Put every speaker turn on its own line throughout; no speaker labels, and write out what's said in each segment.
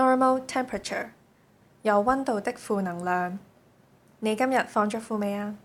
normal temperature，有溫度的負能量。你今日放咗負未啊？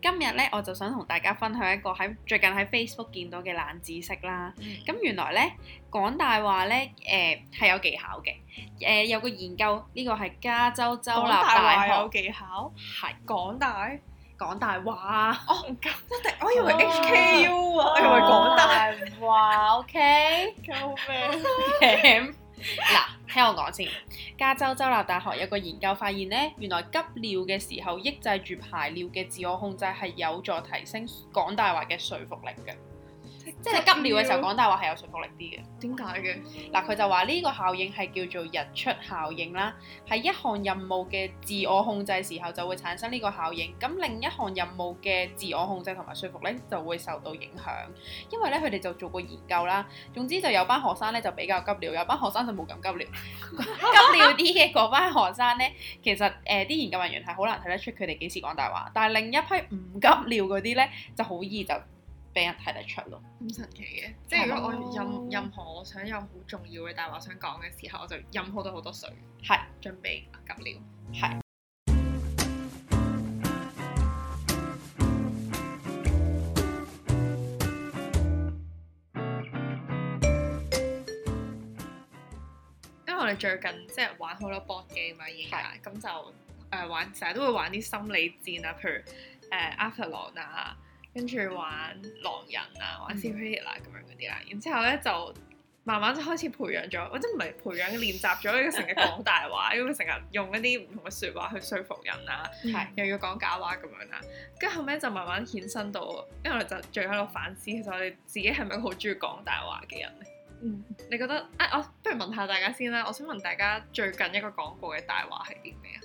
今日咧，我就想同大家分享一個喺最近喺 Facebook 見到嘅冷知識啦。
嗯
咁、原來咧講大話咧，誒、係有技巧嘅。誒、有個研究，呢、個係加州州立
講
大
大話
學
有技巧，
係
講大
講大話。
哦，唔得，一定我以為
哦
HKU 啊，我以為講大，
話，OK，
救命！
嗱，聽我講先。加州州立大學有個研究發現咧，原來急尿嘅時候抑制住排尿嘅自我控制係有助提升講大話嘅說服力嘅。即係你急尿嘅時候講大話係有說服力啲嘅。
點解嘅？
嗱，佢就話呢個效應係叫做日出效應啦，喺一項任務嘅自我控制時候就會產生呢個效應，咁另一項任務嘅自我控制同埋說服力就會受到影響，因為咧佢哋就做過研究啦。總之就有班學生咧就比較急尿，有班學生就冇咁急尿。急尿啲嘅嗰班學生咧，其實誒啲、研究人員係好難睇得出佢哋幾時講大話，但係另一批唔急尿嗰啲咧就好易就俾人睇得出咯。
咁神奇嘅，即係如果我
係咯
任任何我想有好重要嘅大話想講嘅時候，我就飲好多好多水，
係
準備急尿。
係。
因為我哋最近即係玩好多 board game 啊，已經係咁就誒、呃玩成日都會玩啲心理戰啊，譬如誒、呃、Avalon 啊，跟住玩狼人啊，玩 Secret 啦咁樣嗰啲啦，然之後咧就慢慢就開始培養咗，或者唔係培養練習咗，呢個成日講大話，因為成日用一啲唔同嘅説話去說服人啊，
嗯
係
又要講假話咁樣啦，跟住後尾就慢慢衍生到，因為我哋就最喺度反思，其實我哋自己係咪一個好中意講大話嘅人咧？
嗯，
你覺得啊？我不如問下大家先啦。我想問大家最近一個講過嘅大話係啲咩啊？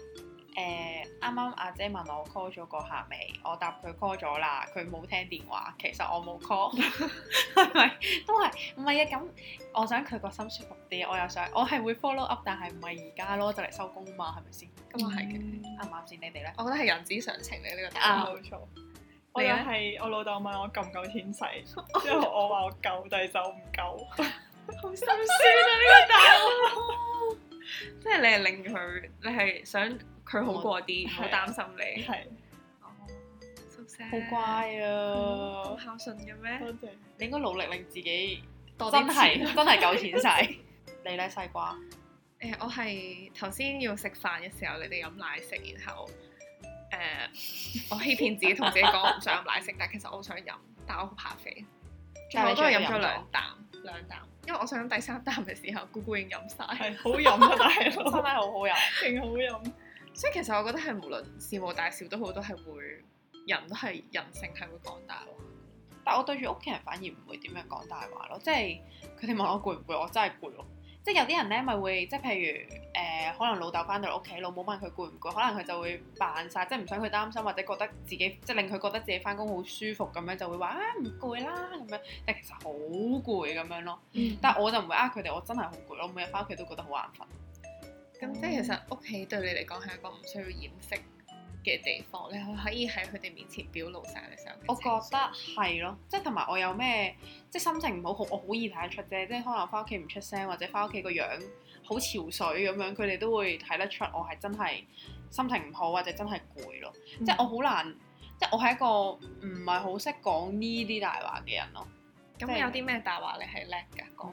誒呃啱啱阿姐問我 call 咗個客未，我答佢 call 咗啦，佢冇聽電話，其實我冇 call，係咪？都係唔係啊？咁我想佢個心舒服啲，我又想我係會 follow up，但係唔係而家咯，就嚟收工嘛，係咪先？
咁啊係嘅，
啱唔啱先？你哋 咧？
我覺得係人之常情嚟呢個大
啊
話。
冇錯。我又係我老豆問我夠唔夠 錢使，之後我話我夠，但係就唔夠。
好心酸啊！呢個大話，即係你係令佢，你係想佢好過啲，唔好擔心你。
係，
哦，so sad
好乖
好
啊！
孝順嘅咩？
多謝。
你應該努力令自己
多
真
啲
係
錢
真係夠錢使。 你咧西瓜
誒、我係頭先要食飯嘅時候，你哋飲奶食，然後誒、 我欺騙自己同自己講我唔想飲奶食，但其實我好想飲，但我好怕肥，最後我都係飲咗兩啖，兩啖，因為我想飲第三啖嘅時候，姑姑已經飲晒。
係好飲啊，大
真係好
佬，
好飲。
勁好飲。
所以其實我覺得係無論事無大小都好，都係會人都係人性係會講大話。
但我對住屋企人反而唔會點樣講大話咯，即係佢哋問我攰唔攰，我真係攰咯。即係有啲人咧咪會，即係譬如誒、呃可能老豆翻到屋企，老母問佢攰唔攰，可能佢就會扮晒，即係唔想佢擔心，或者覺得自己即係令佢覺得自己翻工好舒服咁樣，就會話啊唔攰啦咁樣，但其實好攰咁樣咯。
嗯
但係我就唔會呃佢哋，我真係好攰咯，我每日翻屋企都覺得好眼瞓。
咁即係其實屋企對你嚟講係一個唔需要掩飾嘅地方，你可以喺佢哋面前表露晒你所有嘅
我覺
情緒
得係咯，即係同埋我有咩即係心情唔好，好我好易睇得出啫。即係可能翻屋企唔出聲，或者翻屋企個樣好憔悴咁樣，佢哋都會睇得出我係真係心情唔好，或者真係攰咯。即係我好難，即係我係一個唔係好識講呢啲大話嘅人咯。
咁
即係
有啲咩大話你係叻㗎講？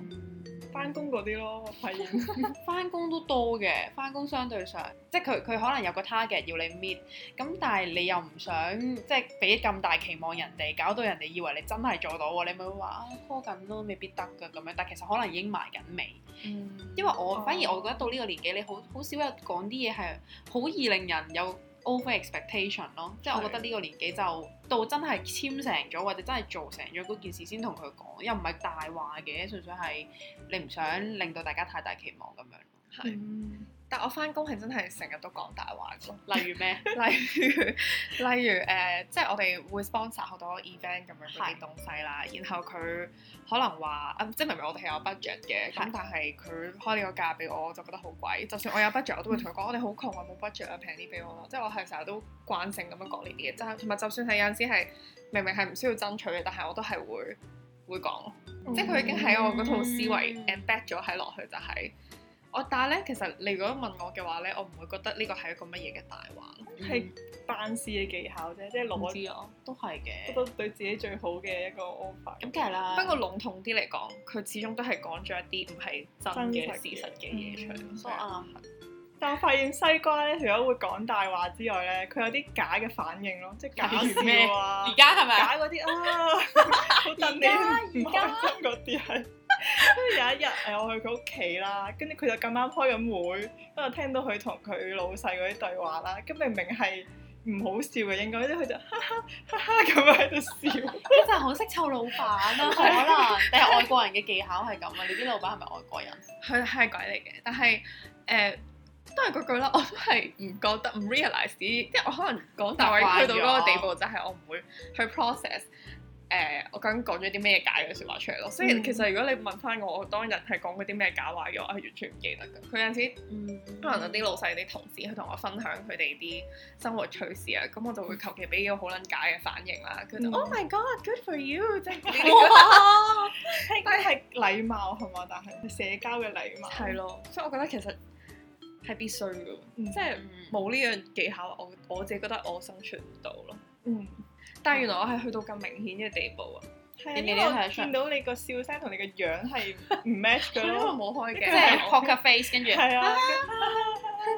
翻工嗰啲咯，我發現係
翻工都多嘅，翻工相對上，即係佢佢可能有個 target 要你 meet，咁但係你又唔想即係俾咁大期望人哋，搞到人哋以為你真係做到喎，你咪會話啊 call 緊咯，未必得㗎咁樣，但其實可能已經埋緊尾，
嗯，
因為我、反而我覺得到呢個年紀，你好好少有講啲嘢係好易令人有 over expectation 咯，即係我覺得呢個年紀就到真係簽成咗或者真係做成咗嗰件事先同佢講，又唔係大話嘅，純粹係你唔想令到大家太大期望咁樣。嗯
係但我翻工係真係成日都講大話嘅咯。
例如咩？
例如例如誒、呃即係我哋會 sponsor 好多 event 咁樣嗰
係
啲東西啦，然後佢可能話啊，即係明明我哋係有 budget 嘅，咁
係
但係佢開呢個價俾我，我就覺得好貴。就算我有 budget，我都會同佢
嗯
講，我哋好窮啊，冇 budget 啊，平啲俾我啦。即係我係成日都慣性咁樣講呢啲嘢，即係同埋就算係有陣時係明明係唔需要爭取嘅，但係我都係會會講咯。
哦
即係佢已經喺我嗰套思維
嗯
embed 咗喺落去，就係、我但係咧，其實你如果問我嘅話咧，我唔會覺得呢個係一個乜嘢嘅大話咯。
係辦事嘅技巧啫，即係
唔
攞
知我嗯都係
得
嘅。
到對自己最好嘅一個 offer。啊
咁梗係啦。
不過籠統啲嚟講，佢始終都係講咗一啲唔係真嘅
真實
事
嘅嗯
實嘅嘢出嚟。嗯
都啱。
啊但我發現西瓜咧，除咗會講大話之外咧，佢有啲假嘅反應咯，即係假
例如咩
笑啊
而、家係咪啊？
假嗰啲 啊，好戥你唔開心嗰啲係。跟住有一日誒，我去佢屋企啦，跟住佢就咁啱開緊會，跟住聽到佢同佢老細嗰啲對話啦，咁明明係唔好笑嘅應該，跟住佢就哈哈哈哈咁樣喺度笑。
佢就係好識湊老闆啦，可能。定係外國人嘅技巧係咁啊？你啲老闆係咪外國人？
佢係鬼嚟嘅，但係誒、呃都係嗰句啦，我 都係唔覺得唔 realize 啲，即係我可能講大話去到嗰個地步，就係我唔會去 process 誒、我究竟講咗啲咩假嘅説話出嚟咯。所以
嗯
其實如果你問翻我，我當日係講嗰啲咩假話嘅，我係完全唔記得㗎。佢有陣時
嗯，
可能有啲老細、啲同事去同我分享佢哋啲生活趣事啊，咁我就會求其俾個好撚假嘅反應啦。佢就、
嗯
Oh my God，good for you！即 係呢啲
哇
聽講係禮貌係嘛，但係社交嘅禮貌。
係咯，所以我覺得其實係必須嘅，
嗯
即係冇呢樣技巧，我我自己覺得我生存唔到咯。
嗯，
但係原來我係去到咁明顯嘅地步啊，
係啊，
你
因
未
為
料睇
我
得出
見到你個笑聲同你個樣係唔 match
佢
嘅
因為
咯。
冇開
即
嘅，
係 poker face，跟住
係 啊，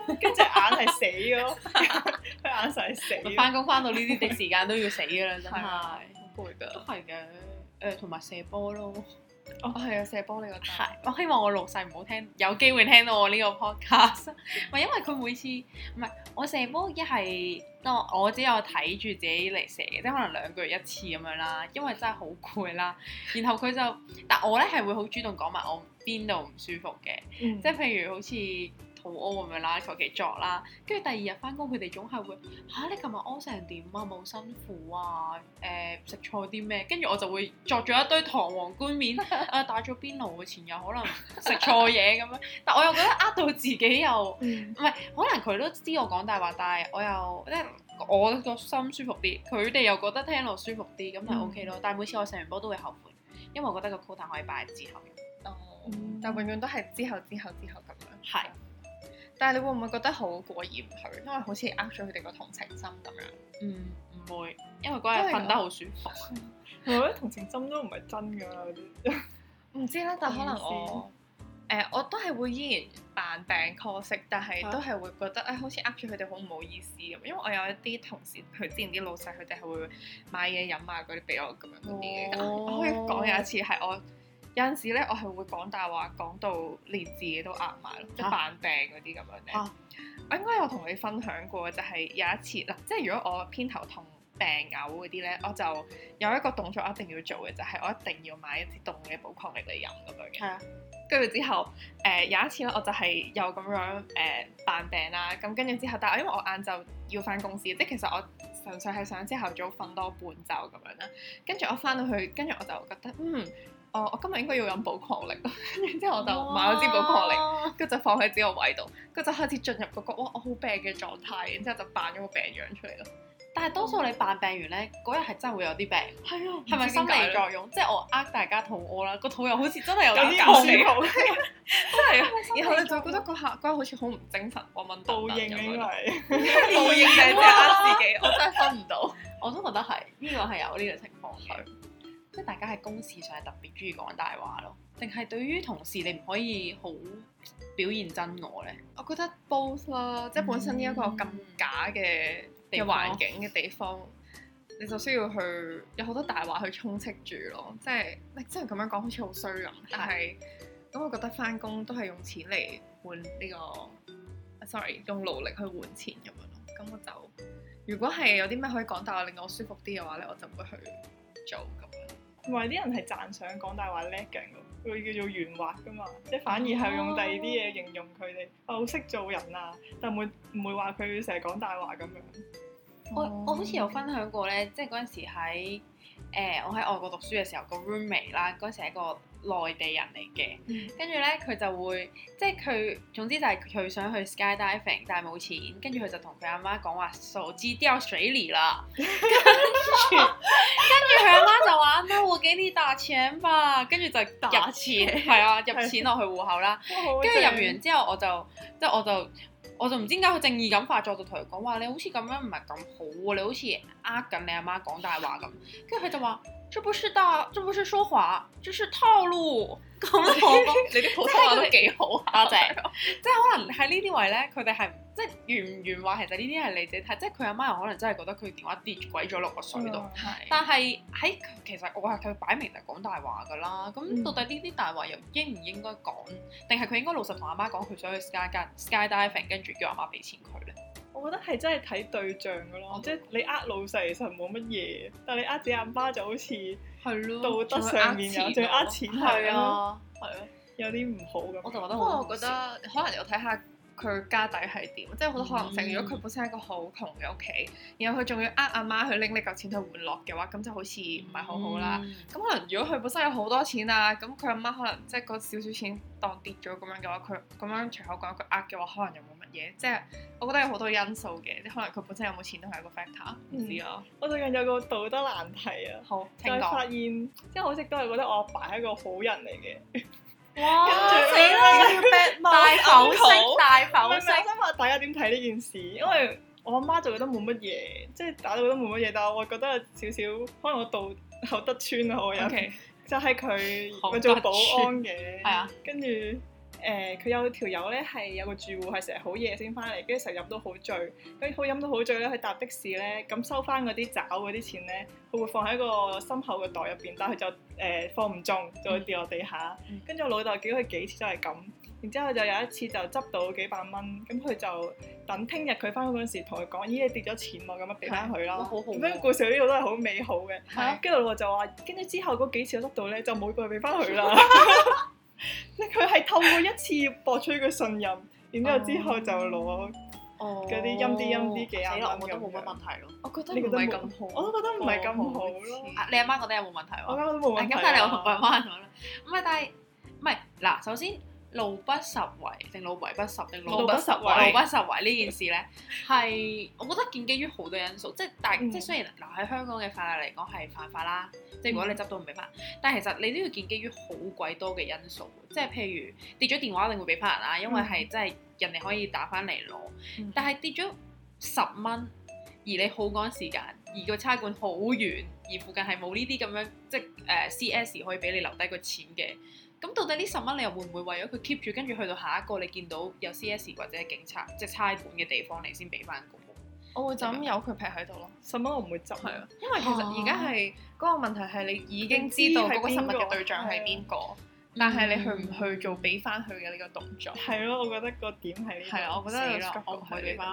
跟住眼係死嘅咯，佢眼神係死嘅。
翻工翻到呢啲嘅時間都要死㗎啦，真
係啊
係。
好攰
都
㗎。
係嘅，誒同埋射波咯。
我
哦
係啊，射波呢個
係
單，
我希望我老細唔好聽，有機會聽到我呢個 podcast。唔係 因為佢每次唔係我射波一係，當我我只有睇住自己嚟射嘅，即係可能兩個月一次咁樣啦。因為真係好攰啦。然後佢就，但我咧係會好主動講埋我邊度唔舒服嘅，
嗯
即係譬如好似肚屙咁樣啦，求其作啦。跟住第二日翻工，佢哋總係會吓、你琴日屙成點啊？冇辛苦啊？誒、食錯啲咩？跟住我就會作咗一堆堂皇冠冕啊，打咗邊爐嘅前日可能食錯嘢咁樣，但我又覺得呃到自己又
嗯
唔係，可能佢都知我講大話，但係我又即係。我個心舒服啲，佢哋又覺得聽落舒服啲，咁咪
嗯
OK 咯。但係每次我射完波都會後悔，因為我覺得個 quota 可以擺喺之後。
哦
嗯
但永遠都係之後之後之後咁樣。
係，
但係你會唔會覺得好過意唔去？因為好似呃咗佢哋個同情心咁樣。
嗯，唔會，因為嗰日瞓得好舒 服。
我覺得啊同情心都唔係真㗎啦，嗰 啲
唔知啦，但可能我誒、我都係會依然扮病 call 息，但係
啊
都係會覺得誒、好似呃住佢哋好唔好意思咁，因為我有一啲同事佢之前啲老細佢哋係會買嘢飲啊嗰啲俾我咁樣嗰啲嘅，
哦
我可以講有一次係我。有陣時咧，我係會講大話，講到連自己都呃埋咯，即係
啊
扮病嗰啲咁樣咧。
啊
我應該有同你分享過，就係、有一次嗱，即係如果我偏頭痛、病嘔嗰啲咧，我就有一個動作我一定要做嘅，就係、我一定要買一支凍嘅寶礦力嚟飲咁樣嘅。
係啊，
跟住之後，誒、呃有一次咧，我就係又咁樣誒、呃扮病啦，咁跟住之後，但係因為我晏晝要翻公司，即係其實我純粹係想朝頭早瞓多半晝咁樣啦。跟住我翻到去，跟住我就覺得嗯，我我今日應該要飲寶礦力，跟住之後我就買咗支寶礦力。
力。
跟住就放喺自己個位度，跟住就開始進入嗰、個哇我好病嘅狀態，然之後就扮咗個病樣出嚟咯。
但係多數你扮病完咧，嗰日係真係會有啲病，
係啊，
係咪心理作用？即係我呃大家肚屙啦，個肚又好似真係有
有啲
啲
唔
搞笑。
舒服
真係啊！然
然
後
後
你
你
就
就
覺
覺得
得嗰下嗰下好似好唔精神，我問
報應
咁
應
樣咯
該
報應定係呃自己，我真係分唔到。
我都覺得係呢個係有呢個情況嘅，即係大家喺公事上係特別中意講大話咯，定係對於同事你唔可以好表現真我咧？
我覺得 both 啦，即係本身呢一個咁假嘅
地
嘅
方
環境嘅地方，你就需要去有好多大話去充斥住咯。即係你真係咁樣講，好似好衰咁，但係咁我覺得翻工都係用錢嚟換呢個啊，sorry，用勞力去換錢咁樣咯。咁我就如果係有啲咩可以講大話令到我舒服啲嘅話咧，我就唔會去做咁樣。
同埋啲人係讚賞講大話叻嘅人㗎，會叫做圓滑噶嘛，即係反而係用第二啲嘢形容佢哋，我好識做人啊，但唔會唔會話佢成日講大話咁樣。
我我好似有分享過咧，即係嗰陣時喺誒、呃我喺外國讀書嘅時候，個 roommate 啦，嗰陣時係一個內地人嚟嘅，跟住咧佢就會即係佢總之就係佢想去 skydiving，但係冇錢，跟住佢就同佢阿媽講話手機掉水裡啦，跟住跟住佢阿媽就話：媽，我給你打錢吧，跟住就入
打
錢，係啊，入錢落去戶口啦。跟住入完之後，我就即係我就我就唔知點解佢正義感發作，就同佢講話：你好似咁樣唔係咁好喎，你好似呃緊你阿媽講大話咁。跟住佢就話：這不是大，這不是說話，這是套路。咁我講
你啲普通話都幾好啊！
多謝，即係可能喺呢啲位咧，佢哋係即係圓唔圓話，其實呢啲係你自己睇，即係佢阿媽又可能真係覺得佢電話跌鬼咗落個水度。
係
但係喺其實我係佢擺明就講大話㗎啦，
嗯
咁到底呢啲大話又應唔應該講，定係佢應該老實同阿媽講佢想去 sky skydiving，跟住叫阿媽俾錢佢咧？
我覺得係真係睇對象噶咯，即係你呃老細其實冇乜嘢，但你呃自己阿媽就好似
係
道德上面有，仲要呃錢
係，啊，
係咯。
有啲唔好咁。
我就覺
覺
得
不
好
過
好笑。
我覺得可能要睇下佢家底係點，即係好多可能性。
嗯
如果佢本身係一個好窮嘅屋企，然後佢仲要呃阿媽去拎呢嚿錢去玩樂嘅話，咁就好似唔係好好啦。
嗯
咁可能如果佢本身有好多錢啊，咁佢阿媽可能即係嗰少少錢當跌咗咁樣嘅話，佢咁樣隨口講一句呃嘅話，可能又冇乜嘢。即係我覺得有好多因素嘅，即係可能佢本身有冇錢都係一個 factor，唔知咯。
我最近有個道德難題啊，
好，
就
請
係發
講。
現即係我一直都係覺得我阿爸係一個好人嚟嘅。
哇
跟住
死啦！要 bad 大否識，大
唔係
否
唔係我
識。
想問大家點睇呢件事，因為我阿媽就覺得冇乜嘢，即係打到覺得冇乜嘢，但係我覺得有少少可能我道口德村啊，我有
O K，
就係佢
口德村
咪做保安嘅，
係啊，
跟住誒佢有條友咧係有個住戶係成日好夜先翻嚟，跟住成日飲到好醉，跟住好飲到好醉咧，佢搭的士咧，咁收翻嗰啲找嗰啲錢咧，佢會放喺個心口嘅袋入邊，但係佢就誒、呃放唔中，就會跌落地下
嗯。
跟住我老豆叫佢幾次都係咁，然之後佢就有一次就執到幾百蚊，咁佢就等聽日佢翻去嗰陣時同佢講：咦，你跌咗錢喎，咁樣俾翻佢啦。
哇好好
啊
咁
喎
樣故事呢度都係好美好嘅。
係啊
跟住我就話，跟住之後嗰幾次我執到咧，就冇再俾翻佢 啦。即係佢係透過一次博取佢信任，然之後之後就攞，
哦
嗰啲陰啲陰啲幾
死啦！
啱
我覺得冇乜
咁樣
問題咯。
我覺得
你覺
唔
得
係
冇
咁好，
我都覺得唔係咁好咯。
啊你阿媽覺得有冇問題喎？
我覺得都冇問
係
題
咁
啊。
但係你又同佢阿媽講啦，唔係但係唔係嗱，首先路不拾遺定路為不拾定
路
路
不
不
拾
拾
遺
遺路不拾遺呢件事咧，係我覺得建基於好多因素，即係但
嗯
即係雖然嗱喺香港嘅法例嚟講係犯法啦，即係如果你執到唔俾翻，但係其實你都要建基於好鬼多嘅因素，即係譬如跌咗電話一定會俾翻人啊啦，因為係真係人哋可以打翻嚟攞，
嗯
但係跌咗十蚊。而你好趕時間，而個差館好遠，而附近係冇呢啲咁樣即係誒、呃 CS 可以俾你留低個錢嘅。咁到底呢十蚊你又會唔會為咗佢 keep 住，跟住去到下一個你見到有 CS 或者係警察即係差館嘅地方，你先俾翻嗰個？
我會就哦咁由佢劈喺度咯。
十蚊我唔會執。
係啊，因為其實而家係嗰個問題係你已經知道嗰個失物嘅對象係嗯邊個，但係你去唔去做俾翻佢嘅呢個動作？
係咯，我覺得個點係呢度。
係啊，我覺
死
得
啦！我唔會俾翻，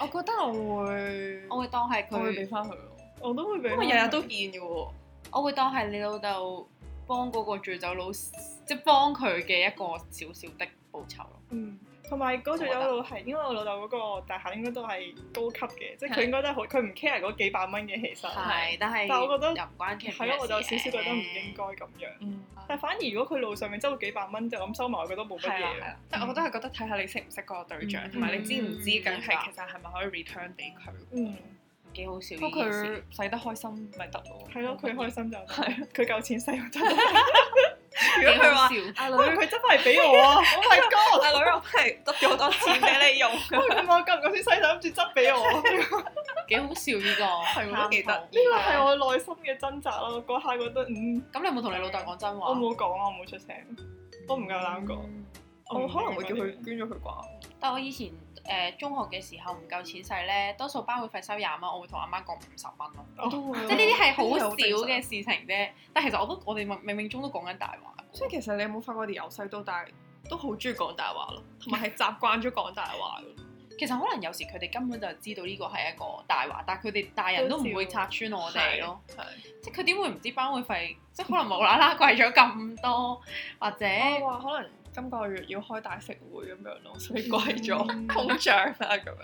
我覺得我會，
我會當係
我會俾
佢，
翻佢咯，
我都會俾。
因為日日都見嘅喎。
我會當係你老豆幫嗰個醉酒佬，即係幫佢嘅一個小小的報酬咯。
嗯，同埋嗰條友路係，因為我老豆嗰個大廈應該都係高級嘅，即係佢
係
應該都係好，佢唔 care 嗰幾百蚊嘅其實。
係，但係
但我覺得
又唔關劇
係咯，我就有少少覺得唔應
該。
該咁樣。
嗯，
但反而如果佢路上面執到幾百蚊就咁收埋，我覺得冇乜
係啦，係
嘢。
啦，即係我覺得係覺得睇下你識唔識嗰個對象，同埋你知唔知緊係其實係咪可以 return 俾佢。
嗯，
幾好笑
不
呢
過
件事。
佢使得開心咪得咯。
係咯，佢開心就得
係
佢夠錢使我真係，
如果佢話
如果佢話阿女
因為佢真係俾我啊！
Oh my god！阿女我係得咗好多錢俾你用，
咁 我夠唔夠錢使就諗住執俾我。 呢
幾好笑呢個，
係喎都幾得意
個係啊我內心嘅掙扎咯。嗰下覺得嗯，
咁你有冇同你老豆講真話？
我冇講啊，我冇出聲，我唔夠膽講。
嗯
我可能會
會
叫佢捐咗佢啩。
但我以前誒、呃中學嘅時候唔夠錢使咧，多數班會費收廿蚊，我會同阿媽講五十蚊咯。
哦。
即係呢啲係好少
呢啲好正常
嘅事情啫。但其實我都我哋冥冥冥中都講緊大話。
所以其實你有冇發覺我哋由細到大都好中意講大話咯，同埋係習慣咗講大話咯。
其實可能有時佢哋根本就知道呢個係一個大話，但係佢哋大人都唔會拆穿我哋咯。
係
即係佢點會唔知班會費？即係可 能無啦啦貴咗咁多，或者
我話可能今個月要開大食會咁樣 咯，所以貴
嗯
咗通脹啦咁樣。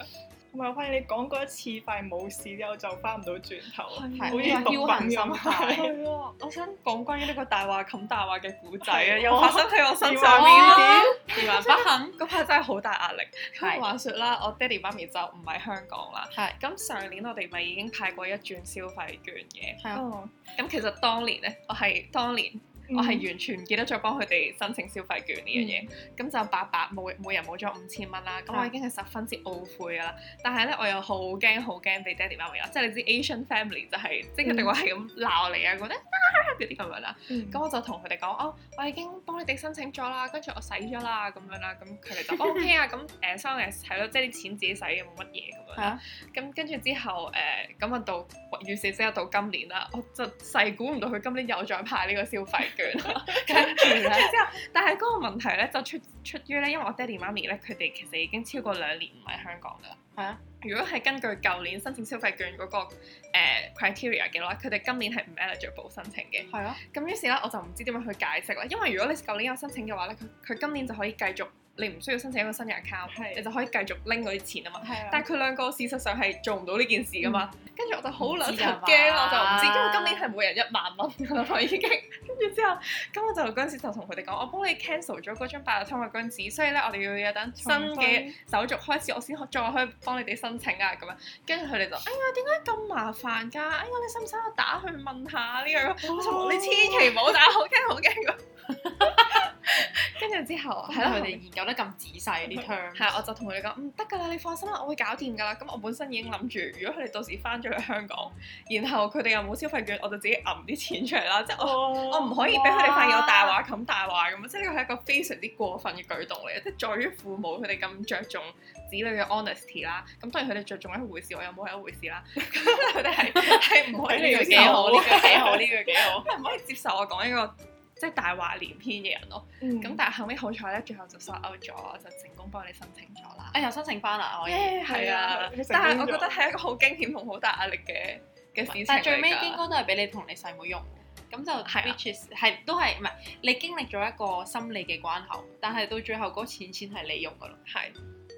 同埋我發現你講過一次快冇事之後就翻唔到轉頭，
係
係
好似
呢個
毒
僥幸
品
心
咁
態。
係喎，我想講關於呢個大話冚大話嘅古仔啊，
係
又發生喺我身
哇
上哦面。
二萬不肯
嗰排真係好大壓力。
係
咁話說啦，我爹哋媽咪就唔喺香港啦。
係
咁上年我哋咪已經派過一轉消費券嘅。
係啊
哦，
咁其實當年咧，我係當年
嗯
我係完全唔記得咗幫佢哋申請消費券呢樣嘢，咁、就白白每每人冇咗五千蚊啦。咁我
係
已經係十分之懊悔噶啦，但係咧我又好驚好驚俾爹哋媽咪啦，啊即係你知 Asian family 就係、即係佢哋會係咁鬧你啊嗰啲啊嗰啲咁樣啦。
嗯
咁我就同佢哋講，哦，我已經幫你哋申請咗啦，跟住我使咗啦咁樣啦，咁佢哋就 O K 啊，咁誒收嘅係咯，即係啲錢自己使嘅冇乜嘢咁樣
係啊
啦。咁跟住之後誒，咁啊到於是之後到今年啦，我就細估唔到佢今年又再派呢個消費券啦。
跟住
跟住
咧，
之後，但係嗰個問題咧就出出於咧，因為我爹哋媽咪咧，佢哋其實已經超過兩年唔喺香港㗎啦。
係啊，
如果係根據舊年申請消費券嗰、個、呃、criteria 嘅話，佢哋今年係唔 eligible 申請嘅。
係啊，
咁於是咧，我就唔知點樣去解釋啦。因為如果你舊年有申請嘅話咧，佢佢今年就可以繼續，你唔需要申請一個新嘅 account，
係
你就可以繼續拎嗰啲錢啊嘛。
係啊嗯
但係佢兩個事實上係做唔到呢件事噶嘛。跟住我就好兩
唔知
頭
啊嘛
驚啦，我就唔知，因為今年係每人一萬蚊㗎啦嘛已經。跟住之後，咁我就嗰陣時就同佢哋講，我哦幫你 cancel 咗嗰張八達通嘅嗰陣時，所以咧我哋要有等新嘅手續開始，我先可再可以幫你哋申請啊咁樣。跟住佢哋就，哎呀點解咁麻煩㗎？哎呀你使唔使我打去問下呢樣？我就話你千祈唔好打，好驚好驚 咁。跟住之後，
係
係啦
啦，佢哋研究得咁仔細啲 term，
係，我就同佢哋講，嗯，得㗎啦，你放心啦，我會搞掂㗎啦。咁我本身已經諗住，如果佢哋到時翻咗去香港，然後佢哋又冇消費券，我就自己揞啲錢出嚟啦。即係我哦我
我
唔可以俾佢哋發現我大話冚大話咁樣，即係呢個係一個非常之過分嘅舉動嚟嘅，即係在於父母佢哋咁着重子女嘅 honesty 啦。咁當然佢哋着重一回事，我有冇係一回事啦。咁佢 哋係係唔可以
睇你
接
嘅
呢
受
句幾好，呢句幾好，
我，
呢句幾 好。
唔可以接受我講一個即係大話連篇嘅人咯。
嗯
嗯
咁但係後尾好彩咧，最後就 s o out 咗，我就成功幫你申請咗啦。
哎呀，申請翻啦，我已經。
耶，係啊
佢成功咗！
但係我覺得係一個好驚險同好大壓力嘅嘅事情嚟㗎
但係最尾應該都係俾你同你細妹用，咁就
係啊
which is 係都係唔係你經歷咗一個心理嘅關口，但係到最後嗰錢錢係你用噶咯。
係，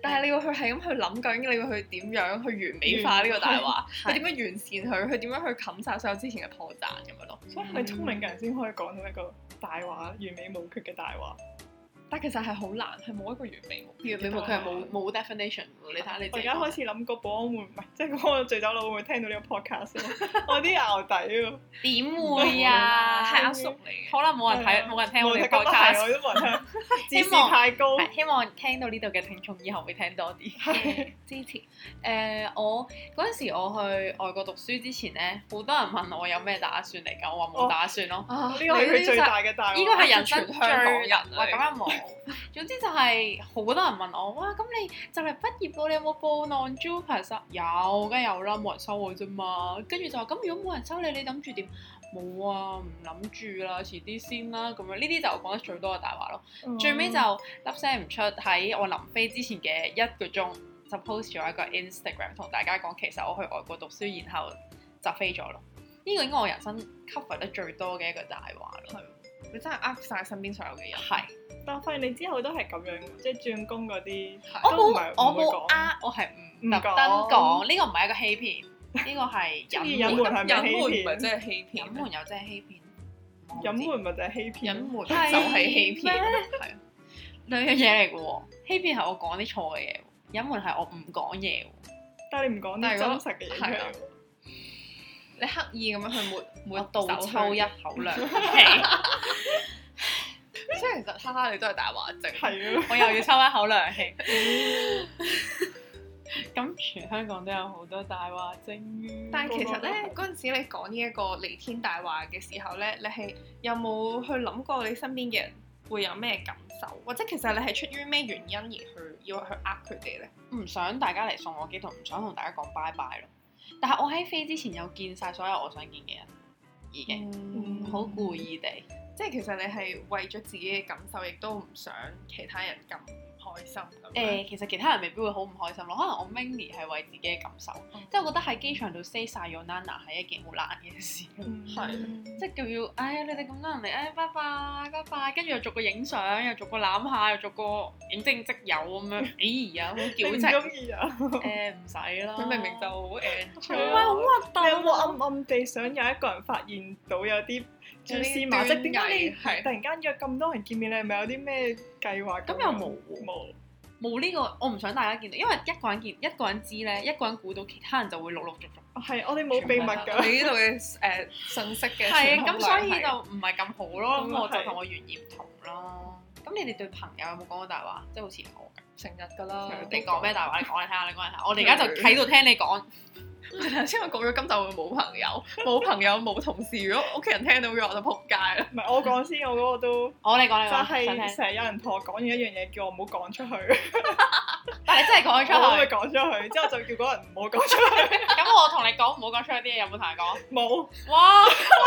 但係你要去係咁去諗究竟你要去點樣去完美化呢個大話，
係
佢點樣完善佢，佢點樣去冚晒所有之前嘅破綻咁樣咯。
所以係聰明嘅
嗯
人先可以講到一個大話，完美無缺嘅大話。
但其實係好難，係冇一個完美目
原本佢係冇冇 definition 喎，你睇下你
我
自己
而家
講。
開始諗個保安會唔係，即係嗰個醉酒佬會唔會聽到呢個 podcast 咯我啲淆底喎，
點會 啊？
係阿叔嚟嘅。
可能冇人睇，冇人聽我哋
冇睇
p o
咁
d
大
c
我都冇人聽，自視
希望
太高。
係希望聽到呢度嘅聽眾以後會聽多啲支持。誒、我嗰陣時我去外國讀書之前咧，好多人問我有咩打算嚟㗎，我話冇打算咯。
啊
呢個係佢最大嘅大話。
呢個係人生
全香港人啊
最喂
嚟
咁樣冇。總之就係好多人問我，哇！咁你就嚟畢業咯，你有冇報 non Jupas 啊？有，梗係有啦，冇人收我啫嘛。跟住就話咁，如果冇人收你，你諗住點？冇啊，唔諗住啦，遲啲先啦。咁樣呢啲就我講得最多嘅大話咯。
嗯
最尾就粒聲唔出，喺我臨飛之前嘅一個鐘就 post 咗一個 Instagram 同大家講，其實我去外國讀書，然後就飛咗咯。呢個應該我人生 cover 得最多嘅一個大話咯。
你真係呃晒身邊所有嘅人。
係，
嗯但我發現你之後都係咁樣，即係轉工嗰啲，
我冇
都唔係
我
唔會
冇
講
呃，我係唔
唔
特登
講
講，呢個唔係一個欺騙，呢個係
中意
隱
隱
瞞
瞞係
隱
咪欺
瞞唔係
騙？
真係欺
隱
騙，
瞞又真係欺騙，我唔知
隱瞞咪就係欺騙。
隱瞞
係
就係欺騙
咩，
係啊
兩樣嘢嚟嘅喎。欺騙係我講啲錯嘅嘢喎，隱瞞係我唔講嘢喎。
但係你唔講
但係
啲
如
真
果
實嘅嘢出
係啊
嚟喎。
你刻意咁樣去抹
我
抹
倒
手
抽
去
一口涼 氣，
所以其實哈哈，你都係大話症。
係啊，
我又要抽一口涼 氣。咁全香港都有好多大話精，
但係其實咧，嗰陣時你講呢一個離天大話嘅時候咧，你係有冇去諗過你身邊嘅人會有咩感受，或者其實你係出於咩原因而去要去呃佢哋咧？
唔想大家嚟送我機，同唔想同大家講拜拜咯。但係我喺飛之前有見晒所有我想見嘅人，已經
嗯
好故意地
即係其實你係為咗自己嘅感受，亦都唔想其他人咁開心
誒、
咁樣。
其實其他人未必會好唔開心咯。可能我 mainly 係為自己嘅感受，
哦
即係我覺得喺機場度 say 晒 your nana 係一件好難嘅事。
嗯
嗯
係
即係仲要，哎呀，你哋咁多人嚟，哎呀，拜拜拜拜，跟住又逐個影相，又逐個攬下，又逐個影正即有咁 樣，哎呀，好
你唔
矯情。
中意啊？
誒唔使啦，
佢明明就好 enjoy，
唔係好核突
你有冇
啊。
暗暗地想有一個人發現到有啲蛛絲馬
有啲
跡？點解你
端倪係
突然間約咁多人見面，你係咪有啲咩計劃樣？
咁又冇喎
冇。
冇呢個，我唔想大家見到，因為一個人見，一個人知咧，一個人估到，其他人就會陸陸續續。
係，我哋冇秘密㗎。
你呢度嘅誒信息嘅
係啊，
傳
咁
播
所
量
以
係
就唔係咁好咯。
咁
咁我
嗯係
就同我原意唔同啦。咁你哋對朋友有冇講過大話？即係好似我咁。
成日㗎啦。
啊
你講咩大話？你講嚟聽下，你講嚟聽下。我哋
嗯
而家就喺度聽你講。
頭先我講咗今集會冇朋友，冇朋友冇同事，如果屋企人聽到嘅我就仆街啦。
唔係我講先，我嗰個都
我你講你
就
講。啊想
係
聽
成日有人同我講完一樣嘢，叫我唔好講出去，
但係你真係講咗
我
出
會
去。
講出去，之後就叫嗰人唔好講出去。
咁我同你講唔好講出去啲嘢，有冇同人講？
冇，
哇！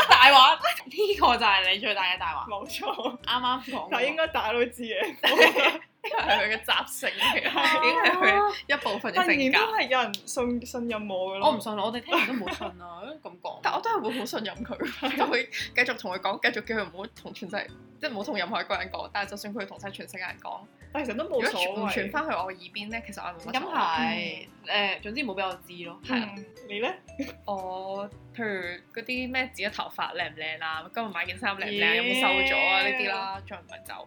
大話呢個就係你最大嘅大話。
冇錯。
啱啱講。
但係應該大家都知嘅，
因為係佢嘅習性嚟嘅，已經係佢一部分嘅
當
性
然都
格。
係有人信信任我㗎咯。
我唔信，啊我哋聽完都冇信啦，咁講。
但我都係會好信任佢， 就會繼續同佢講，繼續叫佢唔好同全世，即係唔好同任何一個人講。但係就算佢同晒全世界人講，
但其實都
如
冇
果
所
傳唔傳
謂。
翻去我耳邊咧，其實我係冇乜所
咁
謂。
係誒，總之冇俾我知咯。
係啊
嗯你咧？
我哦譬如嗰啲咩自己頭髮靚唔靚啊，今日買件衫靚唔靚，有冇瘦咗啊呢啲啦，再唔係就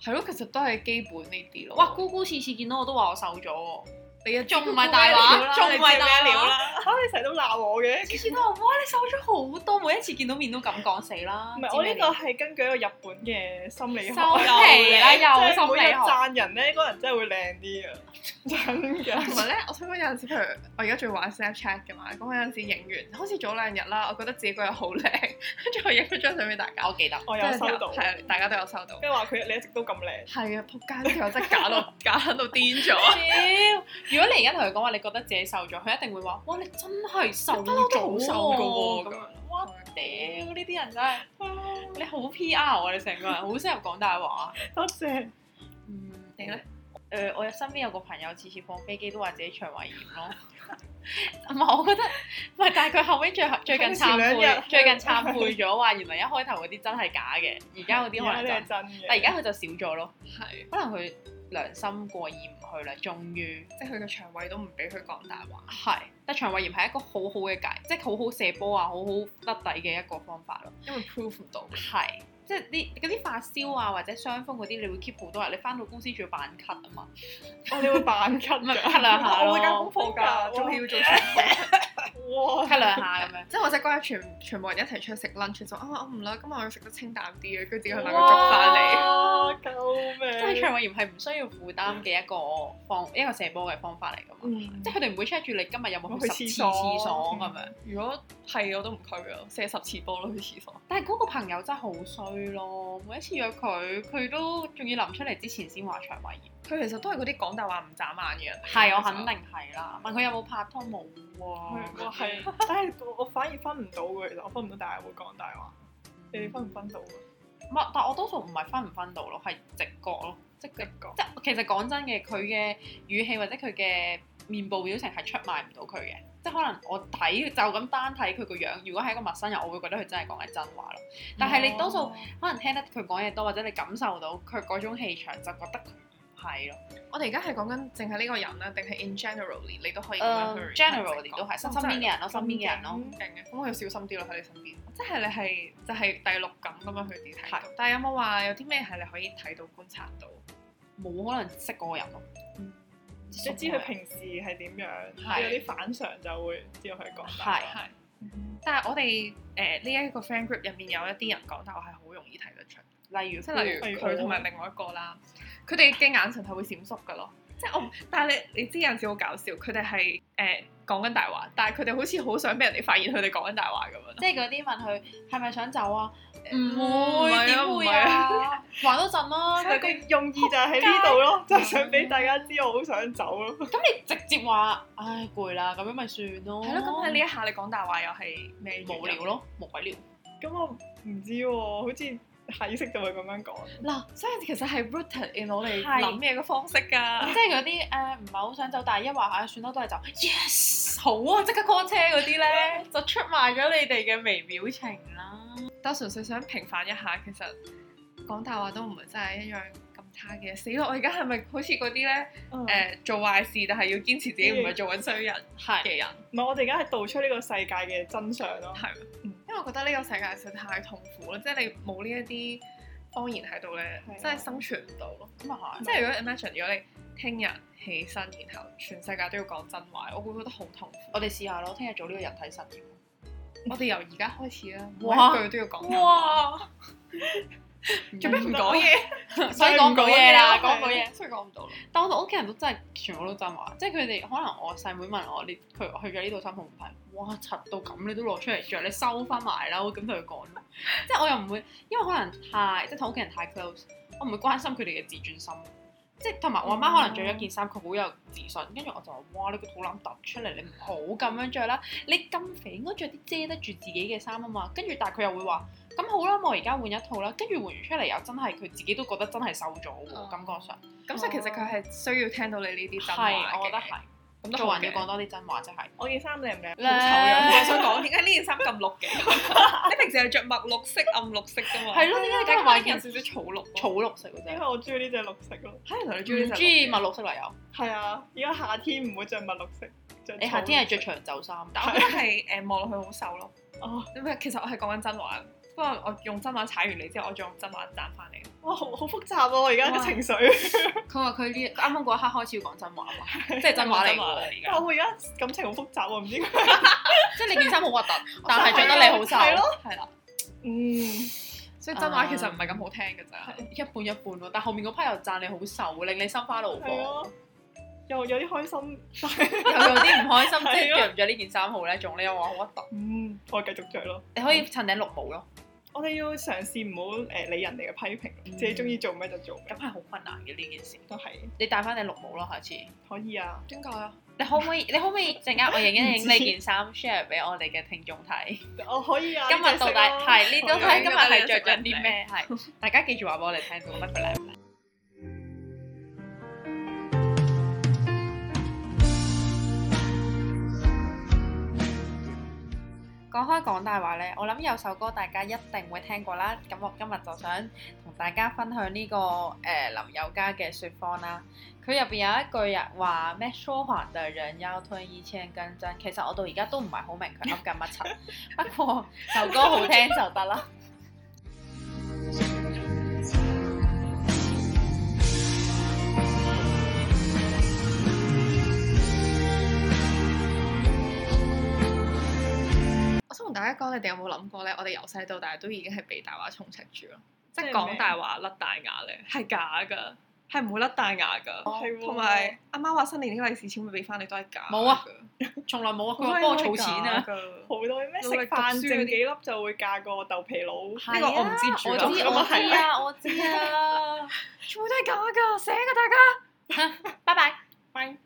係咯，其實都係基本呢啲咯。
哇！姑姑次次見到我都話我瘦咗喎，
你啊
仲唔係大話？仲唔係大話？
啦？嚇你成日都鬧我嘅。
次次都話哇！你瘦咗好多，每一次見到面都咁講死啦。
唔係，我呢個
個
係根據一個日本嘅心理學，
收皮啦又
即係每日
心理學
讚人咧，嗰人真係會靚啲啊！真
同
嘅，
埋咧，我想講有陣時，譬如我而家最玩 Snapchat 嘅嘛，咁我有陣時影完，好似早兩日啦，我覺得自己嗰日好靚， 跟住我影咗張相俾大家，
我記得。
我有
真係
收到，
係啊大家都有收到。
跟住話佢你一直都咁靚，
係啊，仆街呢條友真係假 到假到癲咗，
如果你而家同佢講話，你覺得自己瘦咗，佢一定會話：哇！你真係瘦咗
都好瘦
喎！
噶喎
咁
咁
樣
樣。
哇！屌呢啲人真係你好 P.R. 啊！你成個人好適合講大話。
多謝。
嗯，
你咧？
誒、我有身邊有個朋友次次放飛機都話自己腸胃炎咯。 唔係，我覺得唔係，但係佢後尾最後最近懺
前兩
悔
日，
最近懺悔咗話原來一開頭嗰啲真係假嘅，而家嗰啲可
而
能
家呢
真。
係真
但而
嘅，
家佢就少咗咯，
係，
可能佢良心過意唔去啦，終於
即係佢嘅腸胃都唔俾佢講大話。
係。但腸胃炎係一個好好嘅解，即係好好射波啊，好好甩底嘅一個方法咯。
因為 prove 唔到。
係，即係啲嗰啲發燒啊或者傷風嗰啲，你會 keep 好多日。你翻到公司仲要扮咳啊嘛，
哦你會扮咳
唔係
㗎，
咳兩下咯啊
我會交功課㗎，
仲
仲
要
要
做傳播，
哇！
咳兩下 咁樣。
即係我仔嗰日全全部人一齊出去食 lunch，就啊我唔啦，今日我要食得清淡啲嘅，跟住自己去買個粥翻嚟。
哇！救
即係腸
命！
胃炎係唔需要負擔嘅一個方一個射波嘅方法嚟㗎嘛，
嗯
即係佢哋唔會 check 住你今日有冇
有冇
去
去
十次
廁所
廁所嗯咁樣。
如果係我都唔拒啊，射十次波咯去廁所。
但係嗰個朋友真係好衰咯，每一次約佢，佢都仲要臨出嚟之前先話腸胃炎。
佢其實都係嗰啲講大話唔眨眼嘅人。
係啊我肯定係啦，問佢有冇拍拖冇
哦係
喎
哇，係，但係我我反而分唔到嘅，其實我分唔到大家會講大話，你哋分唔分到啊㗎？
唔係，但我多數唔係分唔分到咯，係直覺咯，即係
覺
即係其實講真嘅，佢嘅語氣或者佢嘅面部表情係出賣唔到佢嘅，即係可能我睇就咁單睇佢個樣，如果係一個陌生人，我會覺得佢真係講緊真話咯。但
哦
係你多數可能聽得佢講嘢多，或者你感受到佢嗰種氣場，就覺得佢唔係咯。
我哋而家係講緊淨係呢個人啊啦，定係 in generally 你都可以咁樣去
誒
哦
呃 generally 都係身
真
身邊
係
嘅人咯，身邊嘅人咯。
勁嘅，咁我要小心啲咯喺你身邊。即係你係就係第六感咁樣去啲睇到。但係有冇話有啲咩係你可以睇到觀察到？
冇可能識嗰個人咯。
你知佢平時係點樣，
係
你有啲反常就會知道佢講
係
大話。
係。但係我哋誒呢一個 friend group 入面有一啲人講大話係好容易睇得出，
例如
即係例如
例如
佢同埋另外一個啦，佢哋嘅眼神係會閃縮㗎咯。即係我，但係你你知有陣時好搞笑，佢哋係誒講緊大話，但係佢哋好似好想俾人哋發現佢哋講緊大話咁樣。
即係嗰啲問佢係咪想走啊？
唔
唔
會啊
會點會啊？還多陣 啦，
佢
佢
個用意就係喺呢度咯，就係想俾大家知我好想走咯。
咁你直接話唉攰啦，咁樣咪算咯。
係咯，咁喺呢一下你講大話又係咩原因啊
無聊？咯，無鬼聊。
咁我唔知喎，好似下意識就會咁樣講。
嗱，所以其實係 rooted in 我哋
係
諗嘢嘅方式啊㗎。
即係嗰啲誒唔係好想走，但係一話下算啦，都係走。Yes，好 啊，即刻 call 車嗰啲咧，就出賣咗你哋嘅微表情啦。
但純粹想平反一下，其實講大話都唔係真係一樣咁差嘅。死咯！我而家係咪好似嗰啲咧
嗯
誒做壞事，但係要堅持自己唔係做緊衰人
嗯係，
嘅人？
唔係我哋而家係道出呢個世界嘅真相咯。
係，
嗯
因為我覺得呢個世界實在太痛苦啦，即係你冇呢一啲方言喺度咧
係啊，
真係生存唔到咯。
咁啊係。
即係如果 imagine 如果你聽日起身，然後全世界都要講真話，我會覺得好痛苦。
我哋試下咯，聽日做呢個人體實驗。
我哋由而家開始啦，每
哇
一句都要講 真話。
哇！
做咩唔講嘢？
所以講唔到嘢啦，
係
講唔到嘢。
所以講唔到啦。
但我屋企人都真係全部都真話，即係佢哋可能我細妹問我你佢去咗呢度衫好唔睇，哇柒到咁你都攞出嚟着，你收翻埋啦，我會咁同佢講咯。即係我又唔會，因為可能太即係同屋企人太 close，我唔會關心佢哋嘅自尊心。即係同埋我阿媽可能着咗件衫，佢好有自信，跟住我就話：哇！你個肚腩凸出嚟，你唔好咁樣着啦。你咁肥應該着啲遮得住自己嘅衫啊嘛。跟住但係佢又會話：咁好啦，我而家換一套啦。跟住換完出嚟又真係佢自己都覺得真係瘦咗喎，感覺上。
咁所以其實佢係需要聽到你呢啲真話
係，
嘅
我覺得係。
咁都
做
好
人
嘅。
要講多啲真話，即係
我件衫靚唔靚？
好醜 樣，我想講點解呢件衫咁綠嘅？ 你平時係着墨綠色、暗綠色㗎嘛？
係咯點解你今日
但
買
係今日
件
有少少草綠？
草綠色嘅
因為
啫。
我中意呢隻綠色咯。
嚇，原來你中意
唔
呢隻
中意墨綠色嚟有，
係啊，而家夏天唔會着墨綠色，着
你夏天係着長袖衫，
但我覺得係誒望落去好瘦咯。
哦，
因為其實我係講緊真話，不過我用真話踩完你之後，我再用真話彈翻你。
哇，好好複雜啊喎！而家
哇
嘅情緒，
佢話佢呢啱啱嗰一刻開始要講真話 喎，即係真話嚟喎。而
但
家
我而家感情好複雜喎，唔知點解
即係你件衫好核 突，但係着得你好瘦，
係
咯，係啦，
嗯，
所以
啊
真話其實唔係咁好聽㗎咋。
一半一半咯。但後面嗰 part 又讚你好瘦，令你心花怒放，
嗯係
又
咯，又有啲開心，但 係
有啲唔 開心，即
係
係
咯
着唔着呢件衫好咧？仲你又話好核突，
嗯，我繼續着咯。
你可以襯頂綠帽咯，
我哋要嘗試唔好誒理人哋嘅批評，
嗯
自己中意做咩就做咩
咁，係好困難嘅呢件事。
都係
你戴翻頂綠帽咯，下次。
可以啊。
點解啊？
你可唔可以？你 可唔可以陣間我影一影
唔知
你件衫 share 俾我哋嘅聽眾睇？
我可以啊。
今日到底係呢
都
都
睇
睇
今
今
日
日
係
係
着
着
緊
緊
啲
啲
咩
咩？係大家記住話俾我哋聽到得㗎啦。講開講大話呢，我諗有首歌大家一定會聽過啦。咁我今日就想同大家分享呢、個誒、呃林宥嘉嘅説謊啦。佢入邊有一句啊話咩？說謊的人要吞一千根針。其實我到而家都唔係好明佢噏緊乜柒，不過首歌好聽就得啦。
我想同大家講，你哋有冇諗過咧？我哋由細到大都已經係被大話充斥住咯，即係
即係
講
咩
大話甩大牙咧，係假㗎，係唔會甩大牙㗎。
係喎
同埋阿媽話新年啲利是錢會俾翻你都係假㗎。
哦冇啊從來冇啊，佢話幫我儲錢啊。
好多咩食
努力讀
飯
書
剩
嗰啲
幾粒就會嫁個豆皮佬，
呢
個我唔知住
我
啦
知
咁
我
啊
知
係
啊，我知啊。
全部都係假㗎，醒啊大家！
拜拜。
拜。